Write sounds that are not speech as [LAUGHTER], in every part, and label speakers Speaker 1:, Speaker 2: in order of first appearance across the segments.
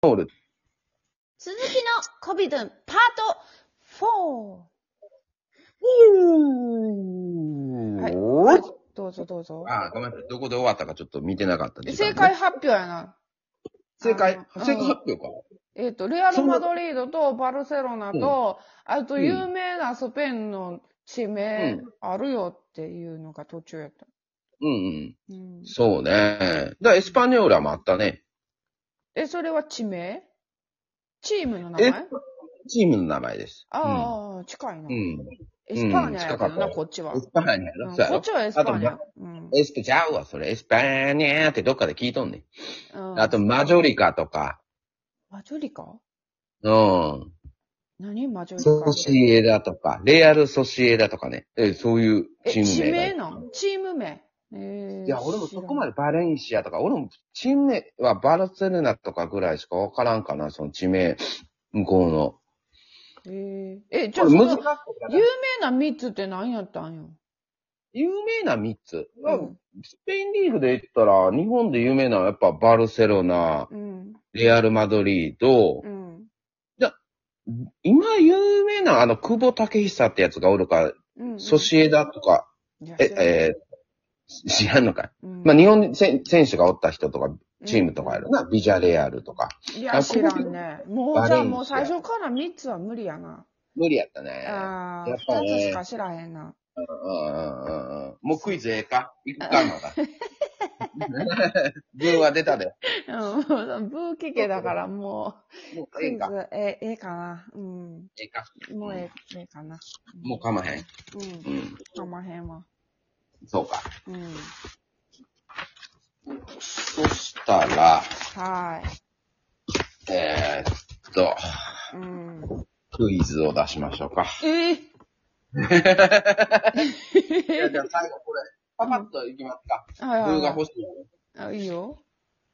Speaker 1: タオル。
Speaker 2: 鈴木のコビドゥンパートはい4。
Speaker 1: は
Speaker 2: どうぞどうぞ。
Speaker 1: ああ、ごめんなさい。どこで終わったかちょっと見てなかった時間ね
Speaker 2: 正解発表やな。
Speaker 1: 正解
Speaker 2: あの
Speaker 1: 正解発表か。
Speaker 2: えっ、と、レアル・マドリードとバルセロナと、あと有名なスペインの地名
Speaker 1: う
Speaker 2: あるよっていうのが途中やった。
Speaker 1: うんうん。
Speaker 2: うん、
Speaker 1: そうね。だからエスパニョーラもあったね。
Speaker 2: え、それは地名チームの名
Speaker 1: え
Speaker 2: 前、
Speaker 1: チームの名前です。
Speaker 2: ああ、近いな。
Speaker 1: うん。
Speaker 2: エスパーニャやけ
Speaker 1: 近
Speaker 2: ど
Speaker 1: か
Speaker 2: な、
Speaker 1: った
Speaker 2: こっちは。
Speaker 1: うん。
Speaker 2: う
Speaker 1: エ
Speaker 2: ん
Speaker 1: スパニャ
Speaker 2: こ
Speaker 1: ーそうや
Speaker 2: っ
Speaker 1: ろ
Speaker 2: ちはエスパーニ
Speaker 1: あ
Speaker 2: ャ
Speaker 1: と。
Speaker 2: うん
Speaker 1: エスパちゃうわ、それ。エスパニャーってどっかで聞いとんねん。
Speaker 2: うん
Speaker 1: あと、マジョリカとか。
Speaker 2: マジョリカ
Speaker 1: うん。
Speaker 2: 何マジョリカ
Speaker 1: ソシエダとか、レアルソシエダとかね。え、そういう
Speaker 2: え、
Speaker 1: チーム名
Speaker 2: 地
Speaker 1: が
Speaker 2: 名なんチーム名。えー、
Speaker 1: いや、俺もそこま
Speaker 2: で。
Speaker 1: でバレンシアとか、俺も地名はバルセロナとかぐらいしかわからんかな、その地名、向こうの。
Speaker 2: えー、え、じ
Speaker 1: こ
Speaker 2: ゃあ
Speaker 1: れ
Speaker 2: その
Speaker 1: 難しい
Speaker 2: 有
Speaker 1: から
Speaker 2: 有
Speaker 1: ね。
Speaker 2: 名な3つって何やったんよ。
Speaker 1: 有名な3つ、
Speaker 2: うん
Speaker 1: スペインリーグで言ったら、日本で有名なのはやっぱバルセロナ、
Speaker 2: うん。
Speaker 1: レアル・マドリード、
Speaker 2: うん。
Speaker 1: 今有名なあの、久保建英ってやつがおるから、
Speaker 2: うん。
Speaker 1: ソシエダとか、
Speaker 2: いや、
Speaker 1: え、
Speaker 2: え
Speaker 1: えー、知らんのかい。
Speaker 2: うん
Speaker 1: まあ、日本選選手がおった人とか、チームとかやるな、ビジャレアルとか。
Speaker 2: いや、知らんね。もう、
Speaker 1: バ
Speaker 2: じ
Speaker 1: レ
Speaker 2: ゃ
Speaker 1: ンシア
Speaker 2: あもう最初から3つは無理やな。
Speaker 1: 無理やったね。
Speaker 2: ああ、
Speaker 1: や
Speaker 2: 2
Speaker 1: っぱね
Speaker 2: つしか知らへんな。
Speaker 1: もうクイズええかいくかまだ。 [LAUGHS] グーは出たで。
Speaker 2: うん。ブ [LAUGHS] ーキケだからも
Speaker 1: も
Speaker 2: う、
Speaker 1: うええか。
Speaker 2: え、ええかな。うん。
Speaker 1: ええか。
Speaker 2: もうええ、ええかな。
Speaker 1: もうかまへん。
Speaker 2: うん。
Speaker 1: うん。
Speaker 2: かまへんわ。
Speaker 1: そうか。
Speaker 2: うん。
Speaker 1: そしたら、
Speaker 2: は
Speaker 1: えー、っと、
Speaker 2: い。うん。
Speaker 1: クイズを出しましょうか。
Speaker 2: ええ
Speaker 1: いやじゃあ最後これ、パパッといきますか。
Speaker 2: はいは
Speaker 1: グー
Speaker 2: いはい。
Speaker 1: が欲しい。
Speaker 2: あ、いいよ。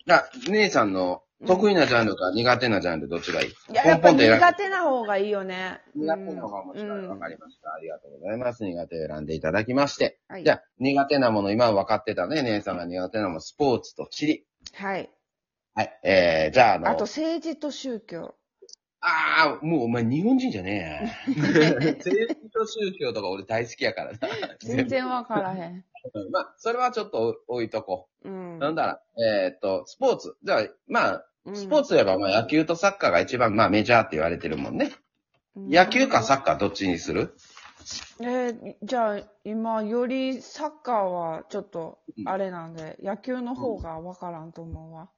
Speaker 1: あ、姉さんの得意なジャンルか苦手なジャンルどっちがいい
Speaker 2: いや、やっぱ
Speaker 1: ポンポンと選
Speaker 2: 苦手な方がいいよね。
Speaker 1: 苦手な方が面白い。
Speaker 2: うん
Speaker 1: わかりました。ありがとうございます。苦手を選んでいただきまして。
Speaker 2: はい
Speaker 1: じゃあ、苦手なもの、今分かってたね。姉さんが苦手なもの、スポーツと地理。
Speaker 2: はい。
Speaker 1: はい。えー、じゃあ、あの、
Speaker 2: あと、政治と宗教。
Speaker 1: あーもうお前日本人じゃねえ。
Speaker 2: [LAUGHS]
Speaker 1: 政治と宗教とか俺大好きやからな。
Speaker 2: 全然わからへん。
Speaker 1: 部。まあ、それはちょっと置いとこ
Speaker 2: うん
Speaker 1: う。。なんだら、えーっと、スポーツ。じゃあ、まあ、スポー
Speaker 2: ツ、
Speaker 1: ツといえば、まあ、野球とサッカーが一番、まあ、メジャーって言われてるもんね。
Speaker 2: うん
Speaker 1: 野球かサッカーどっちにする
Speaker 2: えーじゃあ、今、よりサッカーはちょっと、あれなんで、野球の方がわからんと思うわ。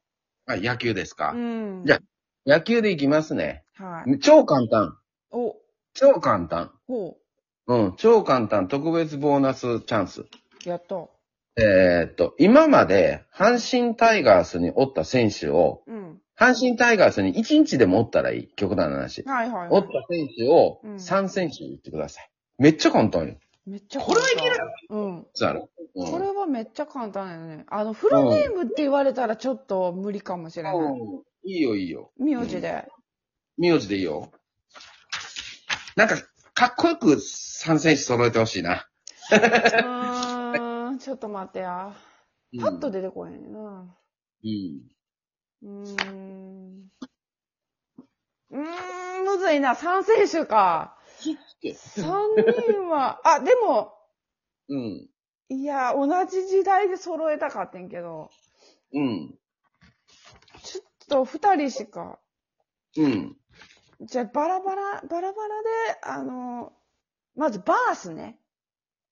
Speaker 1: あ、野球ですか
Speaker 2: う。ん。
Speaker 1: じゃ野球でいきますね。
Speaker 2: はい。
Speaker 1: 超簡単。
Speaker 2: お、
Speaker 1: 超簡単。
Speaker 2: ほ
Speaker 1: うん、超簡単特別ボーナスチャンス。
Speaker 2: う、やった。
Speaker 1: えーっと、今まで阪神タイガースにおった選手を、
Speaker 2: うん。
Speaker 1: 阪神タイガースに1日でもおったらいい。極端な話。
Speaker 2: はいはい、
Speaker 1: お
Speaker 2: は
Speaker 1: った選手を
Speaker 2: うん
Speaker 1: 3選手言ってください。めっちゃ簡単よ。
Speaker 2: い。めっちゃ
Speaker 1: これはいけ
Speaker 2: るうん。
Speaker 1: そうやろう
Speaker 2: こ
Speaker 1: ん
Speaker 2: れはめっちゃ簡単やね。あの、フルネームって言われたらちょっと無理かもしれない。
Speaker 1: うんいいよ、いいよ。
Speaker 2: 名字で。
Speaker 1: 名字でいいよ。なんか、かっこよく3選手揃えてほしいな。
Speaker 2: うーん、ちょっと待ってや。パッと
Speaker 1: で。
Speaker 2: 出てこへんな。
Speaker 1: うん。
Speaker 2: うーん。うーん、むずいな。3選手か。3人は、あ、でも、
Speaker 1: うん。
Speaker 2: いや、同じ時代で揃えたかってんけど、
Speaker 1: うん。
Speaker 2: ちょっと2人しか。
Speaker 1: うん。
Speaker 2: じゃあ、バラバラ、バラバラで、あの、まずバースね。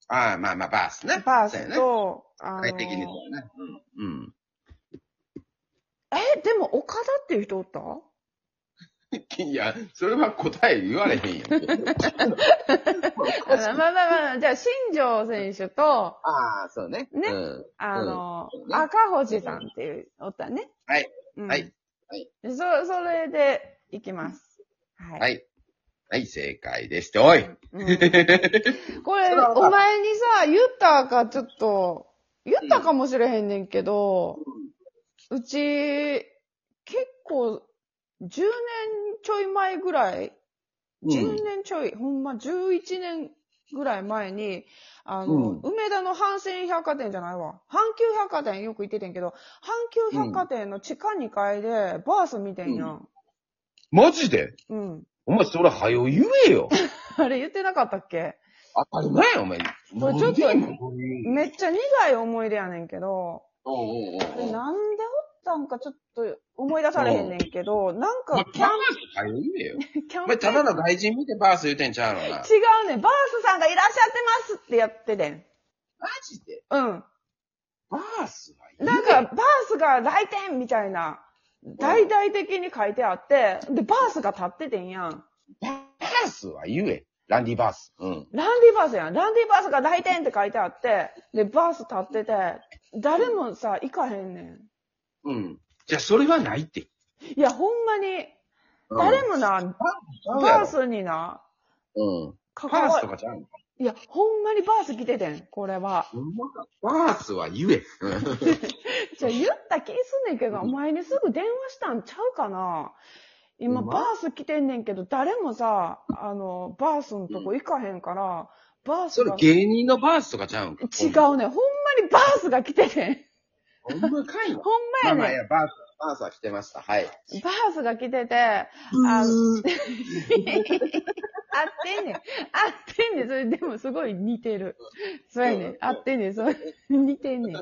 Speaker 1: ああ、まあまあ、バースね。
Speaker 2: バー
Speaker 1: そうや
Speaker 2: ス
Speaker 1: ね
Speaker 2: と、あの、
Speaker 1: 快適に
Speaker 2: え
Speaker 1: そう、やね。うん。うん
Speaker 2: でも岡田っていう人おった
Speaker 1: いや、それは答え言われへんやんけ。
Speaker 2: あまあまあまあ、じゃあ、新庄選手と、
Speaker 1: [LAUGHS] ああ、そうね。
Speaker 2: ね
Speaker 1: うん
Speaker 2: あの、
Speaker 1: うん
Speaker 2: 赤星さんっていう、おったね。
Speaker 1: はい。
Speaker 2: うん、
Speaker 1: はい。はい
Speaker 2: でそ、それで、いきます。はい。
Speaker 1: はい。はい、正解ですって、おい
Speaker 2: うんこれ、お前にさ、言ったか、ちょっと、言ったかもしれへんねんけど、うち、結構、10年ちょい前ぐらい、
Speaker 1: う
Speaker 2: 10
Speaker 1: ん
Speaker 2: 年ちょい、ほんま11年ぐらい前に、あの、
Speaker 1: うん
Speaker 2: 梅田の阪神百貨店じゃないわ。阪急百貨店よく行っててんけど、阪急百貨店の地下2階でバース見てんやん。
Speaker 1: マジで
Speaker 2: うん。
Speaker 1: お前それはよ言え
Speaker 2: [LAUGHS]
Speaker 1: よ。
Speaker 2: あれ言ってなかったっけ
Speaker 1: 当たり前や、お前。
Speaker 2: これちょっと
Speaker 1: なんで今こういう
Speaker 2: めっちゃ苦い思い出やねんけ
Speaker 1: おう
Speaker 2: ど、
Speaker 1: おう
Speaker 2: あ
Speaker 1: お
Speaker 2: れ
Speaker 1: う
Speaker 2: なんでおったんかちょっと思い出されへんねんけど、なん
Speaker 1: お前
Speaker 2: かキャン、
Speaker 1: はよ言えよ。
Speaker 2: キャン
Speaker 1: お
Speaker 2: ペ
Speaker 1: 前、ただ
Speaker 2: ーン
Speaker 1: の外人見てバース言うてんちゃうの
Speaker 2: [LAUGHS]
Speaker 1: な。マ
Speaker 2: 違うねん。バースさんがいらっしゃってますってやっててん。
Speaker 1: ジで
Speaker 2: うん。
Speaker 1: バースは言え
Speaker 2: なんか、バースが来店みたいな、大々的に書いてあって、で、バースが立っててんやん。
Speaker 1: バースは言え。ランディバース。うん。
Speaker 2: ランディバースやん。ランディバースが来店って書いてあって、で、バース立ってて、誰もさ、行かへんねん。
Speaker 1: うん。じゃあ、それはないって。
Speaker 2: いや、ほんまに、誰
Speaker 1: も、
Speaker 2: もな、
Speaker 1: バ
Speaker 2: バ
Speaker 1: ー
Speaker 2: ー
Speaker 1: ス。
Speaker 2: スにな、
Speaker 1: うん。
Speaker 2: 関
Speaker 1: バー
Speaker 2: わ
Speaker 1: スとかちゃうの
Speaker 2: いや、ほんまにバース来ててん、これは。
Speaker 1: ほんまかバースは言え。
Speaker 2: じゃ、言った気すんねんけど、
Speaker 1: うん
Speaker 2: お前にすぐ電話したんちゃうかな今、
Speaker 1: ほん
Speaker 2: バ
Speaker 1: ま
Speaker 2: ース来てんねんけど、誰もさ、あの、バースのとこ行かへんから、バース
Speaker 1: それ
Speaker 2: が、違
Speaker 1: 芸人のバースとかちゃうんか
Speaker 2: うねん。ほんまにバースが来ててん。 [LAUGHS]
Speaker 1: ほんまかいな。
Speaker 2: ほ
Speaker 1: まあ
Speaker 2: んま
Speaker 1: まあ、い
Speaker 2: や
Speaker 1: や、
Speaker 2: ね
Speaker 1: バース、バースは来てました。はい。
Speaker 2: ん。バースが来てて、あ
Speaker 1: うー
Speaker 2: 合ってんねん。合ってんねん。それでもすごい似てる。そうやねん。合ってんねん。そう。似てんねん。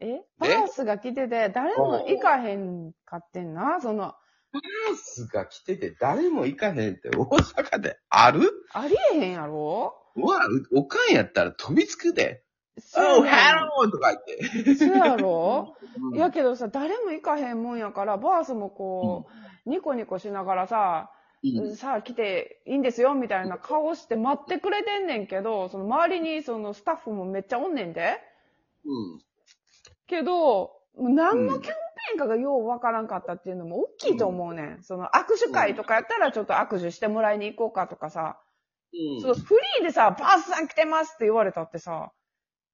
Speaker 2: えバースが来てて、誰も行かへんかってんな。その、
Speaker 1: バースが来てて誰も行かへんって大阪である
Speaker 2: ありえへんやろ
Speaker 1: うわ、うおかんやったら飛びつくで。お
Speaker 2: そ
Speaker 1: う、
Speaker 2: う
Speaker 1: ハ
Speaker 2: や
Speaker 1: ローとか言って。
Speaker 2: ろそうやろ
Speaker 1: うん
Speaker 2: やけどさ、誰も行かへんもんやから、バースもこう、ニコニコしながらさ、
Speaker 1: うん
Speaker 2: さあ来ていいんですよみたいな顔して待ってくれてんねんけど、その周りにそのスタッフもめっちゃおんねんで。
Speaker 1: うん。
Speaker 2: けど、もう何のキャンペーンかがようわからんかったっていうのも大きいと思うねん。その握手会とかやったらちょっと握手してもらいに行こうかとかさ。
Speaker 1: うん
Speaker 2: そのフリーでさ、バースさん来てますって言われたってさ、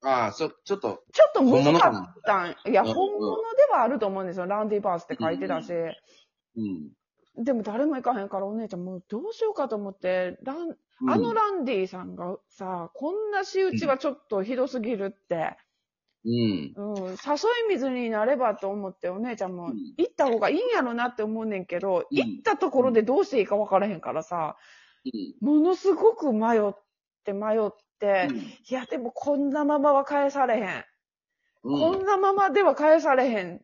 Speaker 1: ああ、そ、ちょっと、
Speaker 2: ちょっと難かったん。いや、
Speaker 1: うんうん
Speaker 2: 本物ではあると思うんですよ。ランディバースって書いてたし。
Speaker 1: うん。
Speaker 2: でも誰も行かへんからお姉ちゃんもうどうしようかと思って、ラン、あの
Speaker 1: うん、
Speaker 2: ランディさんがさ、こんな仕打ちはちょっとひどすぎるって。
Speaker 1: うん。
Speaker 2: うん、誘い水になればと思って、お姉ちゃんも、
Speaker 1: うん
Speaker 2: 行った方がいいんやろなって思うねんけど、
Speaker 1: うん
Speaker 2: 行ったところでどうしていいか分からへんからさ、ものすごく迷って迷って、いや、でもこんなままは返されへん。
Speaker 1: うん。
Speaker 2: こんなままでは返されへん。っ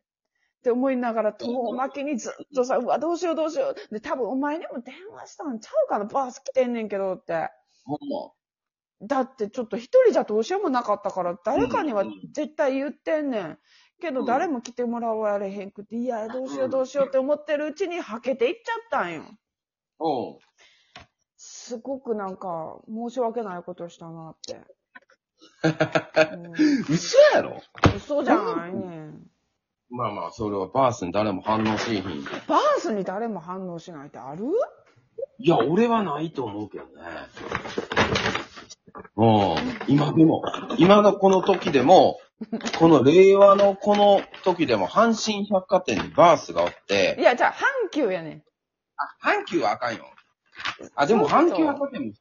Speaker 2: て思いながら、遠巻きにずっとさ、うわ、どうしようどうしよう。で、多分お前にも電話したんちゃうかなバース来てんねんけどって。
Speaker 1: ほんま
Speaker 2: だってちょっと一人じゃどうしようもなかったから、誰かには絶対言ってんねん。け
Speaker 1: う
Speaker 2: ど
Speaker 1: ん
Speaker 2: 誰も来てもらわれへんくて、いや、どうしよ
Speaker 1: う
Speaker 2: うんどうしようって思ってるうちにはけていっちゃったんよ。
Speaker 1: おう
Speaker 2: すごくなんか、申し訳ないことした
Speaker 1: [LAUGHS]
Speaker 2: なって。
Speaker 1: 嘘やろ
Speaker 2: うん、嘘じゃないねん。
Speaker 1: まあまあ、それはバースに誰も反応しへん。
Speaker 2: バースに誰も反応しないってある
Speaker 1: いや、俺はないと思うけどね。うん。今でも、今のこの時でも、この令和のこの時でも、阪神百貨店にバースがおっ
Speaker 2: [LAUGHS] い
Speaker 1: て、
Speaker 2: や、じゃあ、阪急やねん。
Speaker 1: 阪急はあかんよ。あ、でも
Speaker 2: そうそう
Speaker 1: 阪急百貨店も、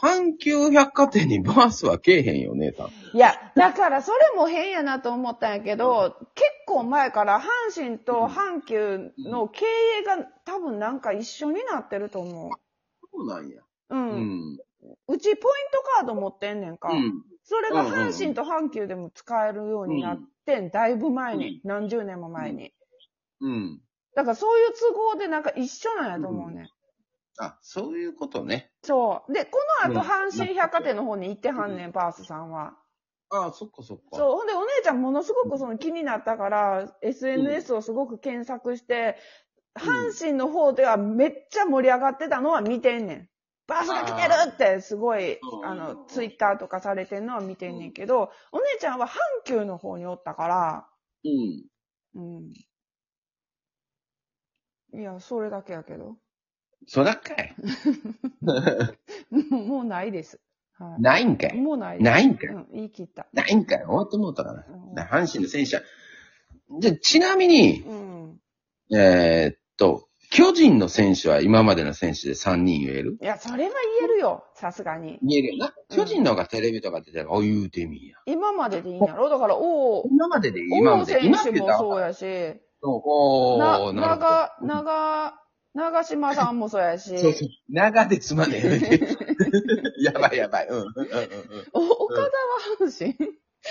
Speaker 1: 阪急百貨店にバースはけえへんよ、姉さん。
Speaker 2: いや、だからそれも変やなと思ったんやけど、結構前から阪神と阪急の経営が多分なんか一緒になってると思
Speaker 1: そうなんや。
Speaker 2: う。う。
Speaker 1: うん。
Speaker 2: うんちポイントカード持ってんねんか。
Speaker 1: うん。
Speaker 2: それが
Speaker 1: うんうんうん
Speaker 2: 阪神と阪急でも使えるようになってん、だいぶ前に、何十年も前に。
Speaker 1: うん。
Speaker 2: だからそういう都合でなんか一緒なんやと思うねん。
Speaker 1: あ、そういうことね。
Speaker 2: そう。で、この後
Speaker 1: うん
Speaker 2: 阪神百貨店の方に行ってはんねん、バースさんは。
Speaker 1: あそっかそっか。
Speaker 2: そう。ほんで、お姉ちゃんものすごくその気になったから、SNS をすごく検索して、
Speaker 1: うん
Speaker 2: 阪神の方ではめっちゃ盛り上がってたのは見てんねん。バースが来てるって、すごい
Speaker 1: うん、
Speaker 2: あの、ツイッターとかされてんのは見てんねんけど、お姉ちゃんは阪急の方におったから、
Speaker 1: うん。
Speaker 2: うん。いや、それだけやけど。 [LAUGHS]
Speaker 1: そらかい。
Speaker 2: もうもうないです。は
Speaker 1: ないんか
Speaker 2: い。
Speaker 1: い。
Speaker 2: もうないです。
Speaker 1: ないんかい。
Speaker 2: うん、言い切った。
Speaker 1: ないんかい。終わってもうたから。
Speaker 2: うん
Speaker 1: な阪神の選手は。じゃ、ちなみに、
Speaker 2: うん。
Speaker 1: えーっと、巨人の選手は今までの選手で3人言える
Speaker 2: いや、それは言えるよ。さすがに。
Speaker 1: 言えるよな。巨人の方がテレビとか出てるお、言うてみんや。
Speaker 2: 今まででいいんやろだから、王、
Speaker 1: 今まででいい今ま
Speaker 2: 王
Speaker 1: ででいい。今ま
Speaker 2: 選手
Speaker 1: ででいい
Speaker 2: もそうやし、
Speaker 1: おー、な
Speaker 2: な、
Speaker 1: るほど。
Speaker 2: 長、長、長島さんもそうやし、
Speaker 1: そうそう。長でつまんねえ。 [LAUGHS] やばいやばい。うん。うんうんうん
Speaker 2: お岡田は阪神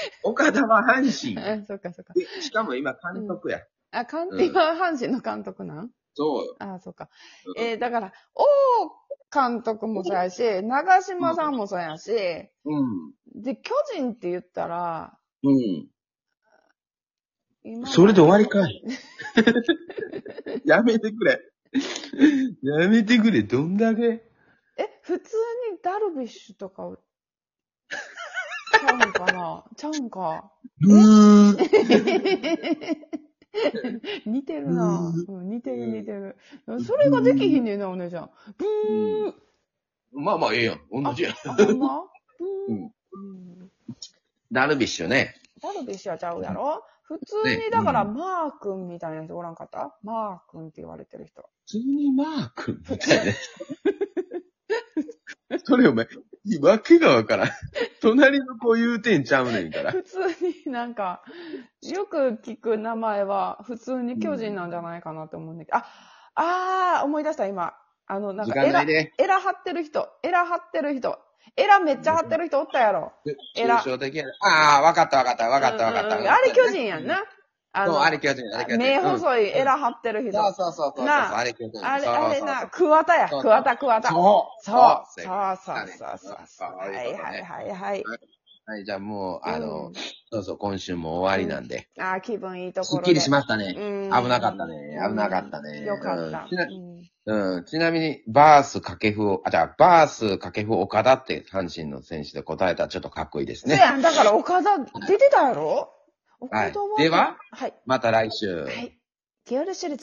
Speaker 2: [LAUGHS]
Speaker 1: 岡田は阪神。
Speaker 2: えそっかそっか。
Speaker 1: でしかも今監督や。
Speaker 2: あ、監督は阪神の監督なん
Speaker 1: そうよ。
Speaker 2: あ、そっか。
Speaker 1: うん
Speaker 2: えーだから、王監督もそうやし、長島さんもそうやし、
Speaker 1: うん。
Speaker 2: で、巨人って言ったら、
Speaker 1: うん。
Speaker 2: 今ま
Speaker 1: それで終わりかい。やめてくれ。やめてくれ。どんだけ。
Speaker 2: え、普通にダルビッシュとか、ちゃうんかなちゃうんか。
Speaker 1: ブー。
Speaker 2: [LAUGHS] 似てるな、うん似てる似てる。それができひんねんな、お姉ちゃん。ブー。
Speaker 1: まあまあ、ええやん。同じやん。
Speaker 2: あ、ほんまブー、
Speaker 1: うん
Speaker 2: うん
Speaker 1: ダルビッシュね。
Speaker 2: ダルビッシュはちゃうやろ普通に、だから、マー君みたいな人おらんかったマー君って言われてる人。
Speaker 1: 普通にマー君みたいな。それお前、わけがわからん。隣の子言うてんちゃうねんから。
Speaker 2: 普通になんか、よく聞く名前は普通に巨人なんじゃないかなって思うんだけど、あ、あー、思い出した今。あの、なん
Speaker 1: 時
Speaker 2: か
Speaker 1: 間
Speaker 2: エ
Speaker 1: な
Speaker 2: ラ、
Speaker 1: いね。
Speaker 2: エラ張ってる人、エラ張ってる人、エラめっちゃ張ってる人おったやろ。エラ
Speaker 1: 抽象的やな。ああ、わかったわかったわかったわかったわ
Speaker 2: うん
Speaker 1: か
Speaker 2: う
Speaker 1: っ
Speaker 2: ん
Speaker 1: た。
Speaker 2: あれ巨人やんな。あ
Speaker 1: そう、
Speaker 2: の、
Speaker 1: あれ巨人、あれ巨人。
Speaker 2: 目
Speaker 1: い。
Speaker 2: 細いエラ張ってる人。
Speaker 1: そうそうそうそう。
Speaker 2: なあ
Speaker 1: あれ巨人。
Speaker 2: あれ、
Speaker 1: そう
Speaker 2: あ
Speaker 1: そ
Speaker 2: れ
Speaker 1: うそ
Speaker 2: な、
Speaker 1: う。
Speaker 2: 桑田
Speaker 1: そ
Speaker 2: や。
Speaker 1: うそう
Speaker 2: 桑田、桑田。そう。
Speaker 1: そう
Speaker 2: そう、
Speaker 1: 正
Speaker 2: そ
Speaker 1: 解
Speaker 2: う、そう、そうそうそう。
Speaker 1: そう
Speaker 2: は
Speaker 1: いう
Speaker 2: い、
Speaker 1: ことね
Speaker 2: はい、はい、はい。
Speaker 1: はい、じゃあもう、あ
Speaker 2: う
Speaker 1: の
Speaker 2: ん、
Speaker 1: そうそう、今週も終わりなんで。
Speaker 2: あー、気分いいと
Speaker 1: す
Speaker 2: こ
Speaker 1: っ
Speaker 2: ろ
Speaker 1: き
Speaker 2: で。
Speaker 1: りしましたね。
Speaker 2: うん
Speaker 1: 危なかったね。危なかったね。
Speaker 2: よかった
Speaker 1: うん。ちな
Speaker 2: うん
Speaker 1: うん、ちなみに、バース、掛布、あ、じゃあ、バース、掛布、岡田って阪神の選手で答えたらちょっとかっこいいです
Speaker 2: そう
Speaker 1: ね。
Speaker 2: やん、だから岡田出てたやろ
Speaker 1: はい
Speaker 2: 岡田は、
Speaker 1: では
Speaker 2: はい。
Speaker 1: また来週。
Speaker 2: はい。ギャルシュル